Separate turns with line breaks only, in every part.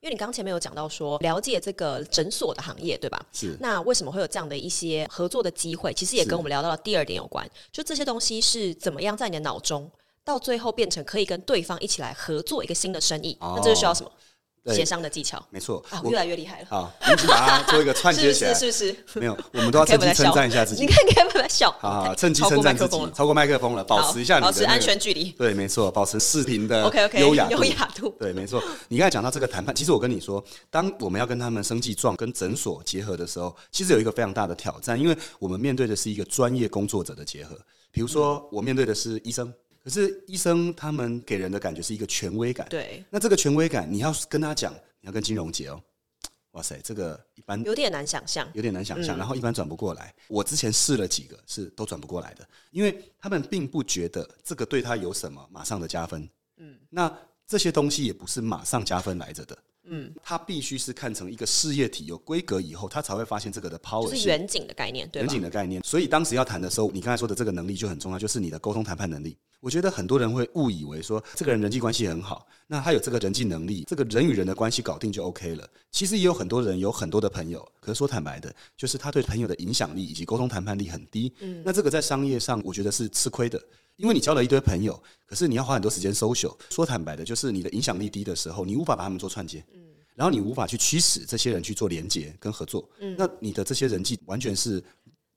因为你刚前面有讲到说了解这个诊所的行业，对吧？
是
那为什么会有这样的一些合作的机会？其实也
是
跟我们聊到的第二点有关，就这些东西是怎么样在你的脑中到最后变成可以跟对方一起来合作一个新的生意？
哦
那这就需要什么
对
协商的技巧
没错
啊，？
我
越来越厉害了，
好，我们请把它做一个串
是
接
不
起
是？
来。
是不是？
没有，我们都要
你看
趁
我
机
在
称
笑
赞一下自 己
你。看，你看我在笑，
好好，好
OK，
趁机
超过
称赞
麦克
自己
风了，
超过麦克风了，保
好
持一下你的
保持
那个
安全距离。
对，没错，保持视频的
OK OK，
优雅
优雅度
对，没错。你刚才讲到这个谈判，其实我跟你说，当我们要跟他们生计状跟诊所结合的时候，其实有一个非常大的挑战，因为我们面对的是一个专业工作者的结合。比如说，
嗯
我面对的是医生，可是医生他们给人的感觉是一个权威感。
对，
那这个权威感，你要跟他讲，你要跟金融结哦。哇塞，这个一般
有点难想象。
有点难想象，然后一般转不过来。我之前试了几个是都转不过来的，因为他们并不觉得这个对他有什么马上的加分。嗯，那这些东西也不是马上加分来着的。嗯，他必须是看成一个事业体有规格以后，他才会发现这个的 power
就是远景的概念，对
远
吧？
景的概念。所以当时要谈的时候，你刚才说的这个能力就很重要，就是你的沟通谈判能力。我觉得很多人会误以为说，这个人人际关系很好，那他有这个人际能力，这个人与人的关系搞定就 OK 了。其实也有很多人有很多的朋友，可是说坦白的，就是他对朋友的影响力以及沟通谈判力很低。嗯，那这个在商业上，我觉得是吃亏的。因为你交了一堆朋友，可是你要花很多时间 social。说坦白的，就是你的影响力低的时候，你无法把他们做串接。然后你无法去驱使这些人去做连接跟合作，那你的这些人际完全是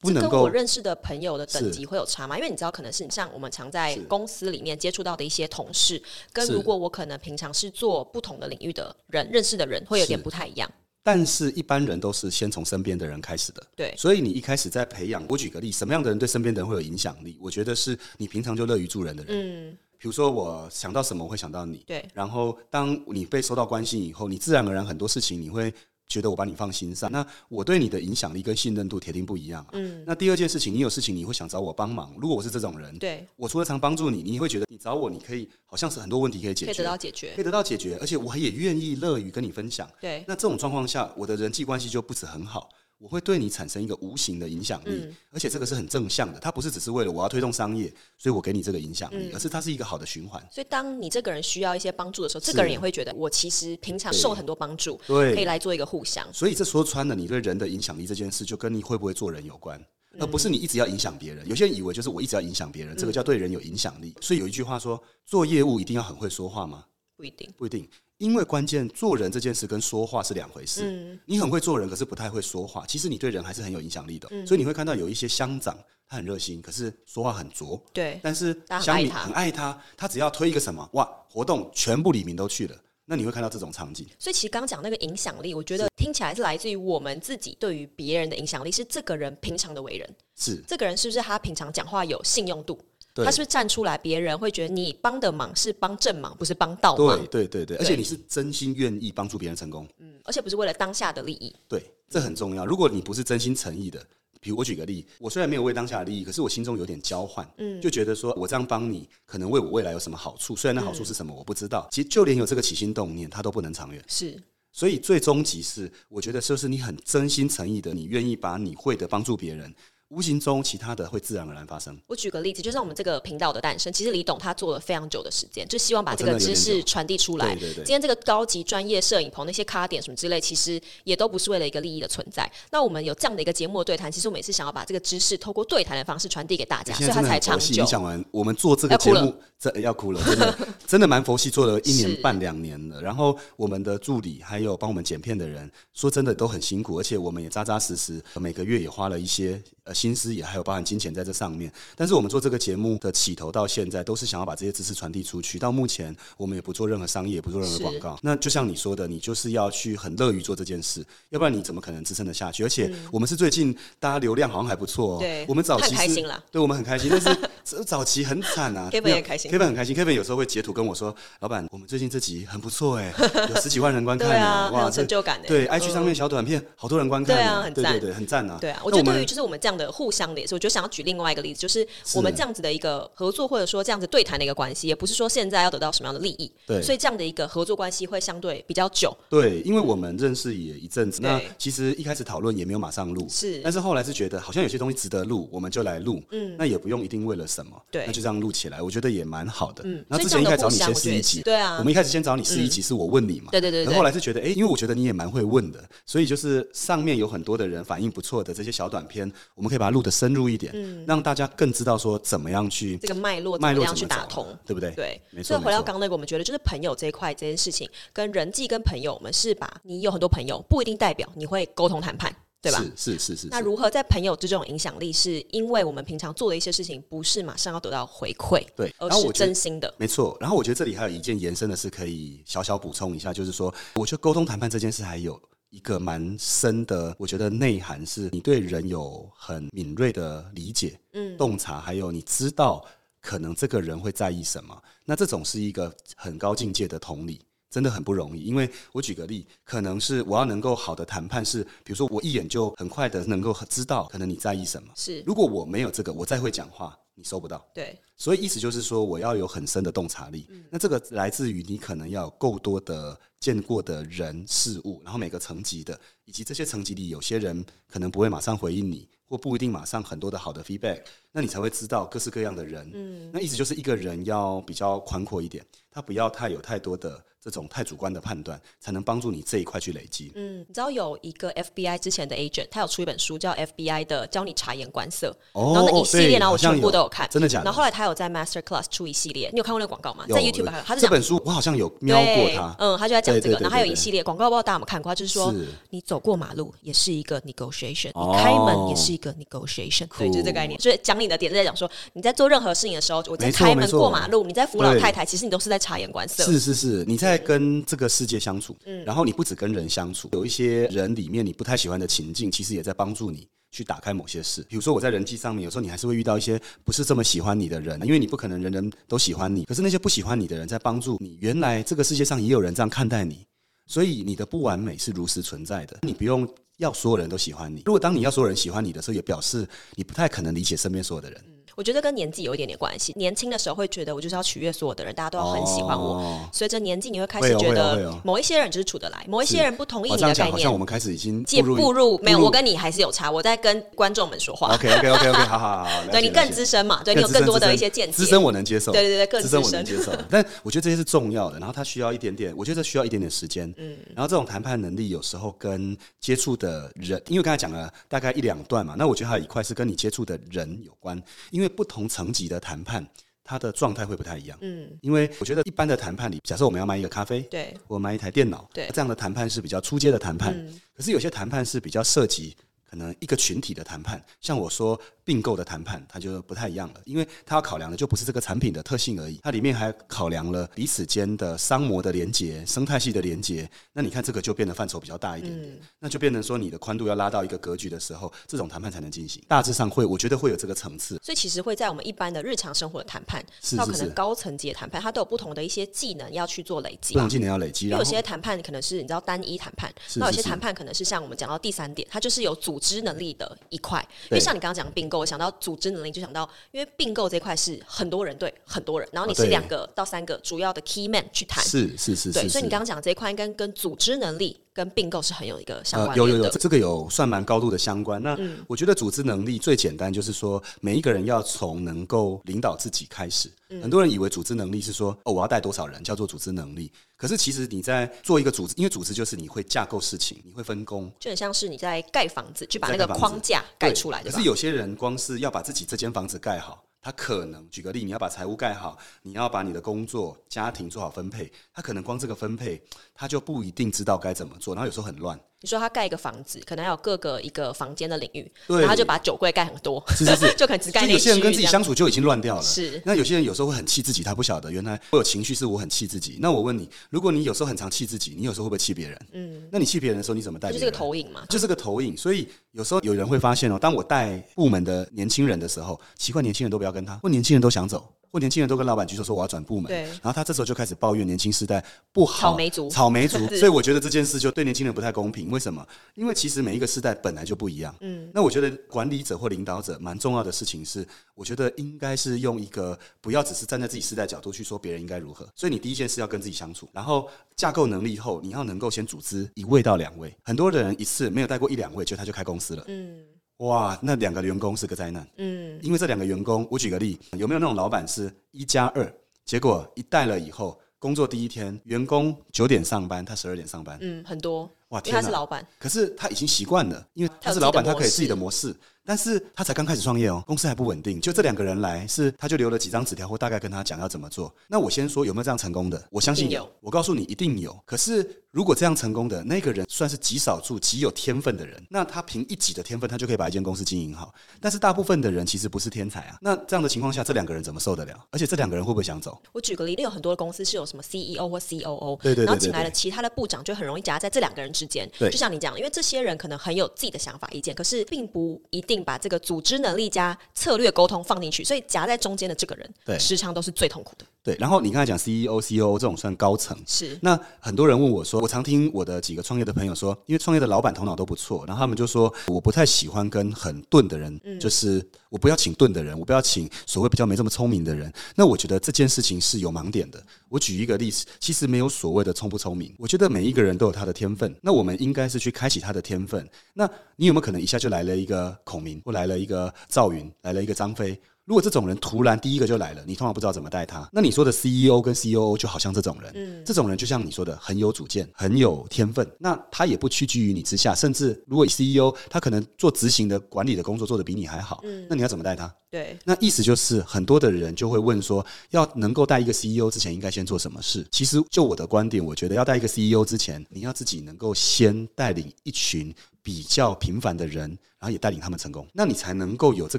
不
嗯这
能
跟我
够
认识的朋友的等
是
级会有差吗？因为你知道，可能是像我们常在公司里面接触到的一些同事，跟
是
如果我可能平常是做不同的领域的人认识的人，会有点
是
不太一样。
但是一般人都是先从身边的人开始的，
对
所以你一开始在培养，我举个例，什么样的人对身边的人会有影响力？我觉得是你平常就乐于助人的人。
嗯，
比如说，我想到什么，我会想到你。
对，
然后，当你被收到关心以后，你自然而然很多事情你会觉得我把你放心上。那我对你的影响力跟信任度铁定不一样、啊。嗯。那第二件事情，你有事情你会想找我帮忙。如果我是这种人，
对，
我除了常帮助你，你也会觉得你找我，你可以好像是很多问题可以解
可以
决
得，到解决
可。以得到解决，而且我也愿意乐于跟你分享。
对，
那这种状况下，我的人际关系就不止很好，我会对你产生一个无形的影响力，而且这个是很正向的，它不是只是为了我要推动商业，所以我给你这个影响力，而是它是一个好的循环。
所以当你这个人需要一些帮助的时候，这
是
个人也会觉得我其实平常受
对
很多帮助，
对
可以来做一个互相。
所以这说穿了，你对人的影响力这件事，就跟你会不会做人有关。而不是你一直要影响别人，有些人以为就是我一直要影响别人，这个叫对人有影响力。所以有一句话说，做业务一定要很会说话吗？
不一定，
不一定，因为关键做人这件事跟说话是两回事。
嗯
你很会做人，可是不太会说话，其实你对人还是很有影响力的哦、
嗯
所以你会看到有一些乡长，他很热心，可是说话很拙，
对，
但是
大家
乡
很爱
民
他
很爱他，他只要推一个什么，哇，活动全部里民都去了，那你会看到这种场景。
所以其实刚讲那个影响力，我觉得听起来是来自于我们自己对于别人的影响力，是这个人平常的为人。
是
这个人是不是他平常讲话有信用度？
对
他是不是站出来，别人会觉得你帮的忙是帮正忙，不是帮倒忙
对，对对对，而且你是真心愿意帮助别人成功，
嗯而且不是为了当下的利益。
对，这很重要。如果你不是真心诚意的，比如我举个例，我虽然没有为当下的利益，可是我心中有点交换，嗯，就觉得说我这样帮你，可能为我未来有什么好处，虽然那好处是什么我不知道。其实就连有这个起心动念，它都不能长远。
是，
所以最终极是，我觉得就是你很真心诚意的，你愿意把你会的帮助别人，无形中其他的会自然而然发生。
我举个例子，就像我们这个频道的诞生，其实李董他做了非常久的时间，就希望把这个
哦真的有
知
点
识
久
传递出来。
对对对
今天这个高级专业摄影棚那些卡点什么之类，其实也都不是为了一个利益的存在。那我们有这样的一个节目的对谈，其实我们也是想要把这个知识透过对谈的方式传递给大家，
哎
所
现
以它
在真的
才
很
长
佛系，啊
久
你。想完，我们做这个节
要哭
目，这要哭了，真的真的蛮佛系，做了一年
是
半两年了。然后我们的助理还有帮我们剪片的人，说真的都很辛苦，而且我们也扎扎实实，呃每个月也花了一些呃心思，也还有包含金钱在这上面。但是我们做这个节目的起头到现在，都是想要把这些知识传递出去。到目前，我们也不做任何商业，也不做任何
是
广告。那就像你说的，你就是要去很乐于做这件事，要不然你怎么可能支撑得下去？而且我们是最近大家流量好像还不错哦，
嗯对
我们早期
很开
是
心啦
对我们很开心，但是 早早期很惨 啊。
Kevin
没有
也开心
Kevin 很开心，Kevin 有时候会截图跟我说：“老板，我们最近这集很不 错哎，有十几万人观看
对啊，
啊，
很有
哇，
成就感的。嗯
对，IG 上面小短片好多人观看
对
欸，
啊很
对
赞
对对，很赞啊。
对啊，
那
我觉得
们
对于就是我们这样的的互相的也是。我就想要举另外一个例子，就是
是
我们这样子的一个合作，或者说这样子对谈的一个关系，也不是说现在要得到什么样的利益，
对
所以这样的一个合作关系会相对比较久，
对，因为我们认识也一阵子，那
对
其实一开始讨论也没有马上录，
是
但是后来是觉得好像有些东西值得录，我们就来录，嗯，那也不用一定为了什么，
对
那就这样录起来，我觉得也蛮好的，嗯
嗯，
那
所以
之
这样
前应
的
该找
互
你
相，
先
我觉
试
得
一
也
集
是，对啊，嗯
我们一开始先找你试一集，是我问你嘛，
对对对对
然后后来是觉得，哎，因为我觉得你也蛮会问的，所以就是上面有很多的人反应不错的这些小短片，我们可以把它录的深入一点，让大家更知道说怎么样去
这个脉嗯络怎
脉
么
络
样
怎
去
么
打
走
通
啊，对不对？
对，
没错
所以回
没
到
错
刚刚那个，我们觉得就是朋友这一块这件事情，跟人际跟朋友，我们是把你有很多朋友，不一定代表你会沟通谈判，对吧？
是是是是，
那
是
如何在朋友之中有影响力，是因为我们平常做的一些事情，不是马上要得到回馈，
对
而
然后
是
我觉得
真心的。
没错，然后我觉得这里还有一件延伸的是可以小小补充一下，就是说，我觉得沟通谈判这件事还有一个蛮深的，我觉得内涵是你对人有很敏锐的理解、嗯，洞察，还有你知道可能这个人会在意什么，那这种是一个很高境界的同理。真的很不容易，因为我举个例，可能是我要能够好的谈判是，比如说我一眼就很快的能够知道可能你在意什么。
是
如果我没有这个，我再会讲话，你收不到。
对，
所以意思就是说，我要有很深的洞察力。
嗯
那这个来自于你可能要有够多的见过的人事物，然后每个层级的，以及这些层级里有些人可能不会马上回应你，或不一定马上很多的好的 feedback，那你才会知道各式各样的人。
嗯
那意思就是一个人要比较宽阔一点，他不要太有太多的这种太主观的判断，才能帮助你这一块去累积。
嗯，你知道有一个 FBI 之前的 agent，他有出一本书叫 FBI 的教你察言观色，
哦
然后那一系列，
对
然后我
好像
全部
有
都有看，
真的假的
然后后来他有在 Master Class 出一系列，你有看过那个广告吗？
有
在 YouTube 还有，他是
这
讲
本书，我好像有瞄过
对
它。
嗯，他就在讲
对
这
对
个，
对
然后还有
对
一
对
系列广告，不知道大家有没有看过，他就是说
是
你走过马路也是一个 negotiation，
哦
你开门也是一个 negotiation，对，就是这个概念，就是讲你的点是在讲说你在做任何事情的时候，我在
没错
开门
没错
过马路，你在扶老
对
太太，其实你都是在察言观色，嗯
是是是，你在跟这个世界相处，然后你不只跟人相处，有一些人里面你不太喜欢的情境，其实也在帮助你。去打开某些事，比如说我在人际上面，有时候你还是会遇到一些不是这么喜欢你的人，因为你不可能人人都喜欢你。可是那些不喜欢你的人在帮助你，原来这个世界上也有人这样看待你，所以你的不完美是如实存在的。你不用要所有人都喜欢你。如果当你要所有人喜欢你的时候，也表示你不太可能理解身边所有的人。
我觉得跟年纪有一点点关系。年轻的时候会觉得我就是要取悦所有的人，大家都要很喜欢我。
哦
随着年纪，你会开
会
始
哦
觉
会哦会
得
哦
某一些人就是处得来，某一些人不同意
哇
你
这样
的
讲
概
好像我
念，
们开始已经
介步入没有，
步
我跟你还是有差。我在跟观众们说话，
OK OK OK OK，好好 好，了
对
解
你
了
更
解
资深嘛，对你有
资深
更多的一
资深
些见
资
解。
深我能接受，
对对对更
资深我
资
能
深
接受。但我觉得这些是重要的，然后它需要一点点，我觉得这需要一点点时间。嗯，然后这种谈判能力有时候跟接触的人，因为刚才讲了大概一两段嘛，那我觉得还有一块是跟你接触的人有关，因为不同层级的谈判，它的状态会不太一样。嗯，因为我觉得一般的谈判里，假设我们要卖一个咖啡，
对，
我买一台电脑，
对嗯
这样的谈判是比较出街的谈判。可是有些谈判是比较涉及可能一个群体的谈判，像我说并购的谈判，它就不太一样了，因为它要考量的就不是这个产品的特性而已，它里面还考量了彼此间的商模的连接、生态系的连接。那你看这个就变得范畴比较大一点
嗯
点，那就变成说你的宽度要拉到一个格局的时候，这种谈判才能进行。大致上会，我觉得会有这个层次。
所以其实会在我们一般的日常生活的谈判，
是
到
是
可能
是
高层级的谈判，它都有不同的一些技能要去做累积
不。同技能要累积，
因为
然
有
后
些谈判可能是你知道单一谈判，
是
那有
是
些
是
谈判可能是像我们讲到第三点，它就是有组织能力的一块。因
对
为像你刚刚讲并购，我想到组织能力就想到，因为并购这块是很多人对很多人，然后你
哦
是
对
两个到三个主要的 key man 去谈，
是是是
对，所以
是，是
你刚刚讲这一块应该跟组织能力跟并购是很有一个相关
呃有有
联
有，
的。嗯
这个有算蛮高度的相关。那我觉得组织能力最简单就是说，每一个人要从能够领导自己开始。
嗯
很多人以为组织能力是说，哦，我要带多少人叫做组织能力。可是其实你在做一个组织，因为组织就是你会架构事情，你会分工，
就很像是你在盖房子，去把
在
那个
盖房子
框架盖
对
出来，对
可
吧
是？有些人光是要把自己这间房子盖好，他可能举个例，你要把财务盖好，你要把你的工作、家庭做好分配，他可能光这个分配，他就不一定知道该怎么做，然后有时候很乱。
你说他盖一个房子，可能要有各个一个房间的领域，
对
然后他就把酒柜盖很多，
是是 是
就可能只盖
就
那
有
一
些
区
人跟
这
自己
样。
相处就已经乱掉了。
是
那有些人有时候会很气自己，他不晓得原来我有情绪是我很气自己。那我问你，如果你有时候很常气自己，你有时候会不会气别人？嗯，那你气别人的时候，你怎么带
就
别
是
人？
这个投影嘛，
就是个投影，所以有时候有人会发现哦，当我带部门的年轻人的时候，奇怪，年轻人都不要跟他，或年轻人都想走，或年轻人都跟老板举手说我要转部门，
对
然后他这时候就开始抱怨年轻世代不好，
草莓族
草莓族
是，
所以我觉得这件事就对年轻人不太公平。为什么？因为其实每一个世代本来就不一样。嗯，那我觉得管理者或领导者蛮重要的事情是，我觉得应该是用一个不要只是站在自己世代角度去说别人应该如何。所以你第一件事要跟自己相处，然后架构能力后，你要能够先组织一位到两位。很多人一次没有带过一两位，就他就开公司了。
嗯
哇，那两个员工是个灾难。
嗯，
因为这两个员工，我举个例，有没有那种老板是一加二，结果一带了以后，工作第一天，员工九点上班，他十二点上班，
嗯，很多，
哇
因为他
天
是
哪！
老板，
可是他已经习惯了，因为
他有自己
他是
的
老板，他可以
模式
自己的模式。但是他才刚开始创业哦，公司还不稳定。就这两个人来，是他就留了几张纸条，或大概跟他讲要怎么做。那我先说有没有这样成功的？我相信
一定有
有，我告诉你一定有。可是如果这样成功的那个人算是极少数、极有天分的人，那他凭一己的天分，他就可以把一间公司经营好。但是大部分的人其实不是天才啊。那这样的情况下，这两个人怎么受得了？而且这两个人会不会想走？
我举个例，有很多的公司是有什么 CEO 或 COO，
对对对
然后
对
请来
对
了其他的部长，就很容易夹在这两个人之间。
对
就像你讲，因为这些人可能很有自己的想法、意见，可是并不一定把这个组织能力加策略沟通放进去，所以夹在中间的这个人，
对
时常都是最痛苦的。
对。然后你刚才讲 E CEO、COO 这种算高层，
是，
那很多人问我说，我常听我的几个创业的朋友说，因为创业的老板头脑都不错，然后他们就说，我不太喜欢跟很钝的人，就是我不要请钝的人，我不要请所谓比较没这么聪明的人。那我觉得这件事情是有盲点的。我举一个例子，其实没有所谓的聪不聪明，我觉得每一个人都有他的天分，那我们应该是去开启他的天分。那你有没有可能一下就来了一个孔明，或来了一个赵云，来了一个张飞？如果这种人突然第一个就来了，你通常不知道怎么带他。那你说的 CEO 跟 COO 就好像这种人，这种人就像你说的很有主见，很有天分。那他也不屈居于你之下，甚至如果 CEO 他可能做执行的管理的工作做得比你还好，那你要怎么带他？
对，
那意思就是，很多的人就会问说，要能够带一个 CEO 之前，应该先做什么事？其实，就我的观点，我觉得要带一个 CEO 之前，你要自己能够先带领一群比较平凡的人，然后也带领他们成功，那你才能够有这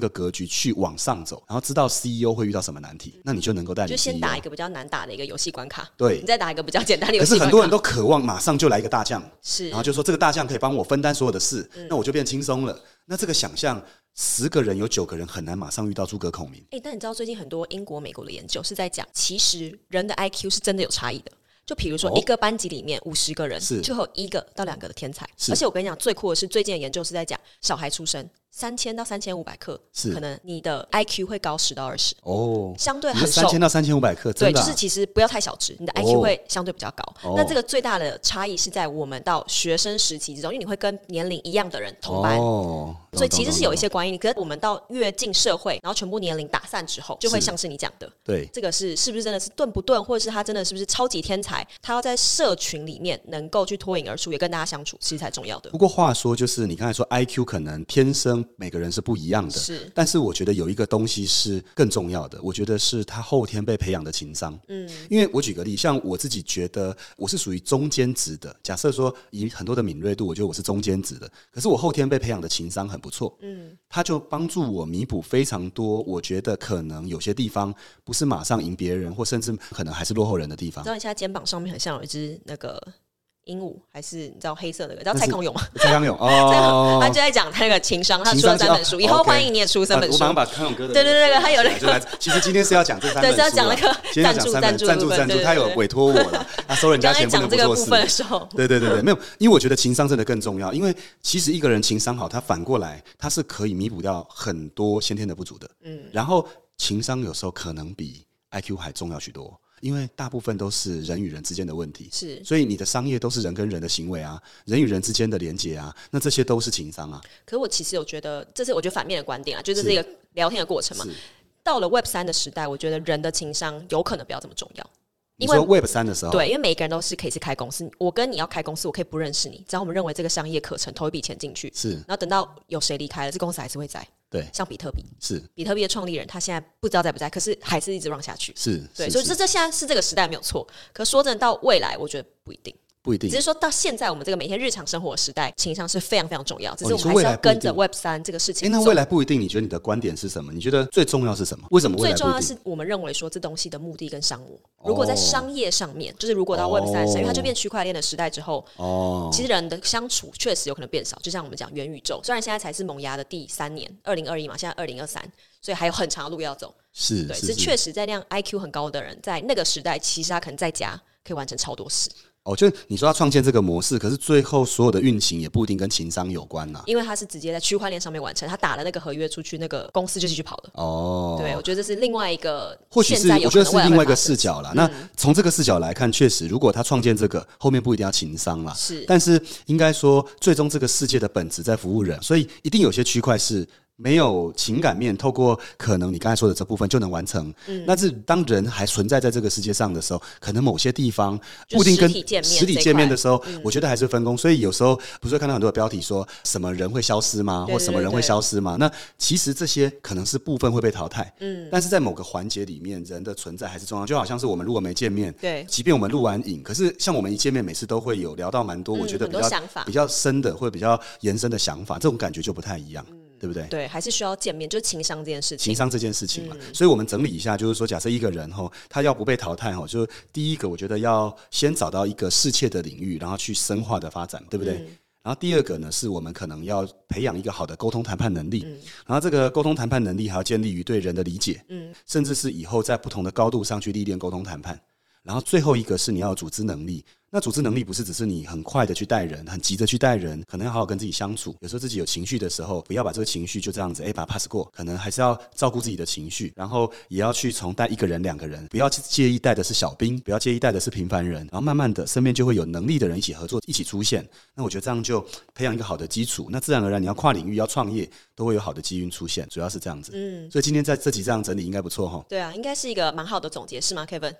个格局去往上走，然后知道 CEO 会遇到什么难题，那你就能够带领
就
CEO。
先打一个比较难打的一个游戏关卡，
啊对
你再打一个比较简单的游
可
戏
是
关卡。
很多人都渴望马上就来一个大将，
是，
然后就说这个大将可以帮我分担所有的事，
嗯
那我就变轻松了。那这个想象，十个人有九个人很难马上遇到诸葛孔明。
哎、但你知道最近很多英国、美国的研究是在讲，其实人的 IQ 是真的有差异的。就比如说
哦
一个班级里面五十个人，
是
就会有一个到两个的天才。
是
而且我跟你讲，最酷的是最近的研究是在讲，小孩出生三千到三千五百克，
是
可能你的 IQ 会高十到二十，
哦，
相对
你
很
是三
瘦
千。到三千五百克，
对，
真
就
的、啊
是其实不要太小只，你的
哦
IQ 会相对比较高。
哦
那这个最大的差异是在我们到学生时期之中，因为你会跟年龄一样的人同班，
哦，
所以其实是有一
懂
些关系。可是我们到越进社会，然后全部年龄打散之后，就会
是
像是你讲的，
懂懂懂对
这个是是不是真的是钝不钝，或者是他真的是不是超级天才？他要在社群里面能够去脱颖而出，也跟大家相处，其实才重要的
不。过话说，就是你刚才说 IQ 可能天生每个人是不一样的，
是
但是我觉得有一个东西是更重要的，我觉得是他后天被培养的情商。嗯，因为我举个例，像我自己觉得我是属于中间值的。假设说以很多的敏锐度，我觉得我是中间值的，可是我后天被培养的情商很不错。嗯，他就帮助我弥补非常多，我觉得可能有些地方不是马上赢别人，或甚至可能还是落后人的地
你
方
知。道你现在肩膀上面很像有一只那个鹦鹉，还是你知道黑色那个？你知道
那
蔡
是
康永吗？
蔡康 永哦，
他就在讲他那个情商，他
情
出了
商
三
就
本书，以
哦
后
，OK
欢迎你也出三
啊
本
我
书
马。上把康永哥的
对对对对还有那个
就来。其实今天是要讲这三本
对
书
是要
啦，
讲那个
今天要讲
赞助
三本
赞助
赞助
部分
赞助
对，对
他有
对
委托 我了，他收人
刚
家
才
钱不
讲
能
这
不
个
做
部
事
分。的时候，
对对对对，没有，因为我觉得情商真的更重要，因为其实一个人情商好，他反过来他是可以弥补掉很多先天的不足的。嗯，然后情商有时候可能比 IQ 还重要许多，因为大部分都是人与人之间的问题。
是
所以你的商业都是人跟人的行为啊，人与人之间的连接啊，那这些都是情商啊。
可是我其实有觉得，这是我觉得反面的观点啊，就这是一个聊天的过程嘛
是。
到了 Web 三的时代，我觉得人的情商有可能不要这么重要。
你
因为
说 Web 三的时候，
对，因为每个人都是可以是开公司，我跟你要开公司，我可以不认识你，只要我们认为这个商业课程投一笔钱进去，
是
然后等到有谁离开了，这公司还是会在。
对
像比特币，
是
比特币的创立人他现在不知道在不在，可是还是一直 run 下去。
是，
对，
是
所以
是
这这现在是这个时代没有错。可说真的，到未来我觉得不一定。
不一定
只。是说到现在，我们这个每天日常生活的时代，情商是非常非常重要。只是我
你
们还
说
是
哦未来
要
不一
跟着
定
Web 三这个事
哎，
情
那
走。
未来不一定，你觉得你的观点是什么？你觉得最重要是什么？为什么未
最
来
重
不
要
一
是
定？
我们认为说这东西的目的跟商模。
哦
如果在商业上面，就是如果到
哦
Web 三、因为它就变区块链的时代之后，
哦，
其实人的相处确实有可能变少。就像我们讲元宇宙，虽然现在才是萌芽的第三年，二零二一嘛，现在二零二三，所以还有很长的路要走。
是
对，只
是
是确实在那样 IQ 很高的人，在那个时代，其实他可能在家可以完成超多 事，
哦，就是你说要创建这个模式，可是最后所有的运行也不一定跟情商有关呐、
因为他是直接在区块链上面完成，他打了那个合约出去，那个公司就继续跑了。
哦，
对，我觉得这是另外一个，
或许
现
是
在有
我觉得
可能
是
未来
另
会
外一个
发生嗯
视角啦。那从这个视角来看，确实，如果他创建这个，后面不一定要情商啦。
是
但是应该说，最终这个世界的本质在服务人，所以一定有些区块是。没有情感面，透过可能你刚才说的这部分就能完成。
嗯
那是当人还存在在这个世界上的时候，可能某些地方
就
固定跟
实体见面
实体
这一
见面
块嗯
的时候，我觉得还是分工。所以有时候不是会看到很多的标题说什么人会消失吗，
对
或
对
什么人
对
会
对
消失吗？那其实这些可能是部分会被淘汰，嗯，但是在某个环节里面，人的存在还是重要。就好像是我们如果没见面，
对
即便我们录完影，可是像我们一见面，每次都会有聊到蛮多，
嗯
我觉得
很
比
多
较
想法
比较深的或者比较延伸的想法，这种感觉就不太一样，对不对？
对，还是需要见面，就是情商这件事
情
情。
商这件事情嘛，
嗯
所以我们整理一下，就是说，假设一个人吼，他要不被淘汰吼，就是第一个，我觉得要先找到一个适切的领域，然后去深化的发展，对不对？
嗯
然后第二个呢，是我们可能要培养一个好的沟通谈判能力，
嗯
然后这个沟通谈判能力还要建立于对人的理解，嗯，甚至是以后在不同的高度上去历练沟通谈判。然后最后一个是你要有组织能力。那组织能力不是只是你很快的去带人，很急着去带人，可能要好好跟自己相处。有时候自己有情绪的时候，不要把这个情绪就这样子，哎，把它 pass 过。可能还是要照顾自己的情绪，然后也要去从带一个人、两个人，不要去介意带的是小兵，不要介意带的是平凡人。然后慢慢的，身边就会有能力的人一起合作，一起出现。那我觉得这样就培养一个好的基础。那自然而然，你要跨领域、要创业，都会有好的机运出现。主要是这样子。嗯，所以今天在这集这样整理应该不错哈，
对啊，应该是一个蛮好的总结，是吗，Kevin？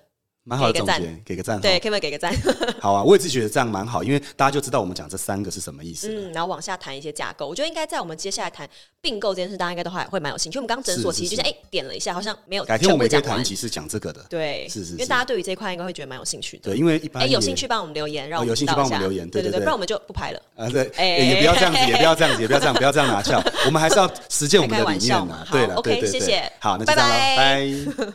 蛮好的
给一
总
个
结，给个赞。
对，Kevin 给个赞。
好啊，我也自己觉得这样蛮好，因为大家就知道我们讲这三个是什么意思了。
嗯，然后往下谈一些架构，我觉得应该在我们接下来谈并购这件事，大家应该都还会蛮有兴趣。我们刚刚诊所
是
其
是
实就是哎、点了一下，好像没有
改天我们也可
全
以
部讲
谈一
完。
集是讲这个的，
对，
是是
因
是
为大家对于这一块应该会觉得蛮有兴趣的。
对，因为一般
哎，有
也
兴趣帮我们留言，让我
哦有
们知
兴
道
趣
一
帮我
下。
们留言
对
对
对，
对
不然我们就不排了。
啊，对，
哎
也也不要这 样子，也不要这样子，也不要这样，不要这样拿翘，我们还是要实践我们的理念啊
开玩笑嘛
对了，
好
对对
OK，谢
对，
谢
好，那就这样喽，
拜拜
拜。